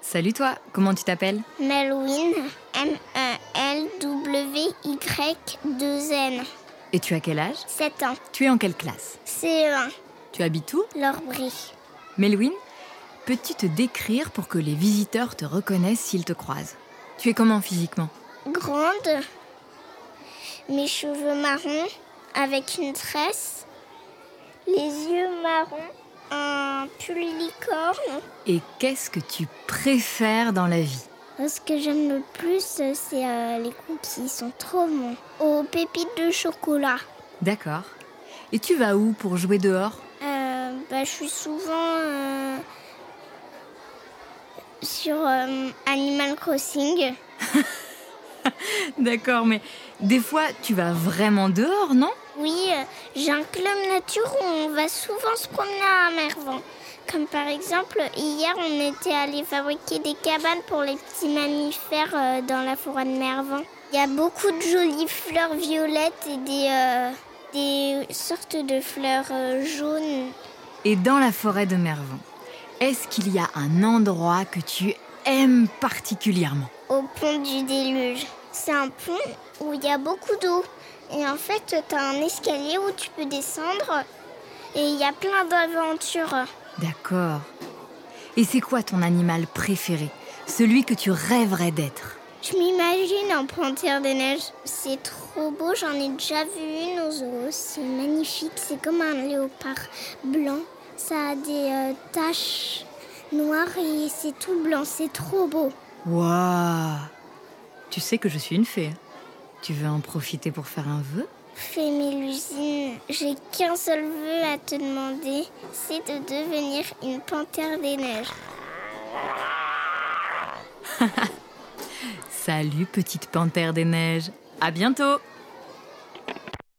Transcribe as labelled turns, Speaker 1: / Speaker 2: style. Speaker 1: Salut toi, comment tu t'appelles
Speaker 2: Melwin, M-E-L-W-Y-2-N,
Speaker 1: Et tu as quel âge
Speaker 2: 7 ans,
Speaker 1: Tu es en quelle classe
Speaker 2: CE1,
Speaker 1: Tu habites où
Speaker 2: Lorbry.
Speaker 1: Melwin, peux-tu te décrire pour que les visiteurs te reconnaissent s'ils te croisent Tu es comment physiquement
Speaker 2: Grande, mes cheveux marrons avec une tresse, les yeux marrons, un pull licorne.
Speaker 1: Et qu'est-ce que tu préfères dans la vie
Speaker 2: Euh, Ce que j'aime le plus, c'est euh, les cookies, ils sont trop bons. Aux pépites de chocolat.
Speaker 1: D'accord. Et tu vas où pour jouer dehors
Speaker 2: Euh, bah, je suis souvent euh, sur euh, Animal Crossing.
Speaker 1: D'accord, mais des fois tu vas vraiment dehors, non
Speaker 2: Oui, euh, j'ai un club nature où on va souvent se promener à Mervan. Comme par exemple, hier, on était allé fabriquer des cabanes pour les petits mammifères euh, dans la forêt de Mervan. Il y a beaucoup de jolies fleurs violettes et des, euh, des sortes de fleurs euh, jaunes.
Speaker 1: Et dans la forêt de Mervan, est-ce qu'il y a un endroit que tu aimes particulièrement
Speaker 2: au pont du déluge. C'est un pont où il y a beaucoup d'eau. Et en fait, tu as un escalier où tu peux descendre. Et il y a plein d'aventures.
Speaker 1: D'accord. Et c'est quoi ton animal préféré Celui que tu rêverais d'être
Speaker 2: Je m'imagine en panthère des neiges. C'est trop beau, j'en ai déjà vu une au zoo. C'est magnifique, c'est comme un léopard blanc. Ça a des euh, taches noires et c'est tout blanc, c'est trop beau.
Speaker 1: Waouh Tu sais que je suis une fée. Tu veux en profiter pour faire un vœu
Speaker 2: Fais Mélusine, j'ai qu'un seul vœu à te demander, c'est de devenir une panthère des neiges.
Speaker 1: Salut petite panthère des neiges. À bientôt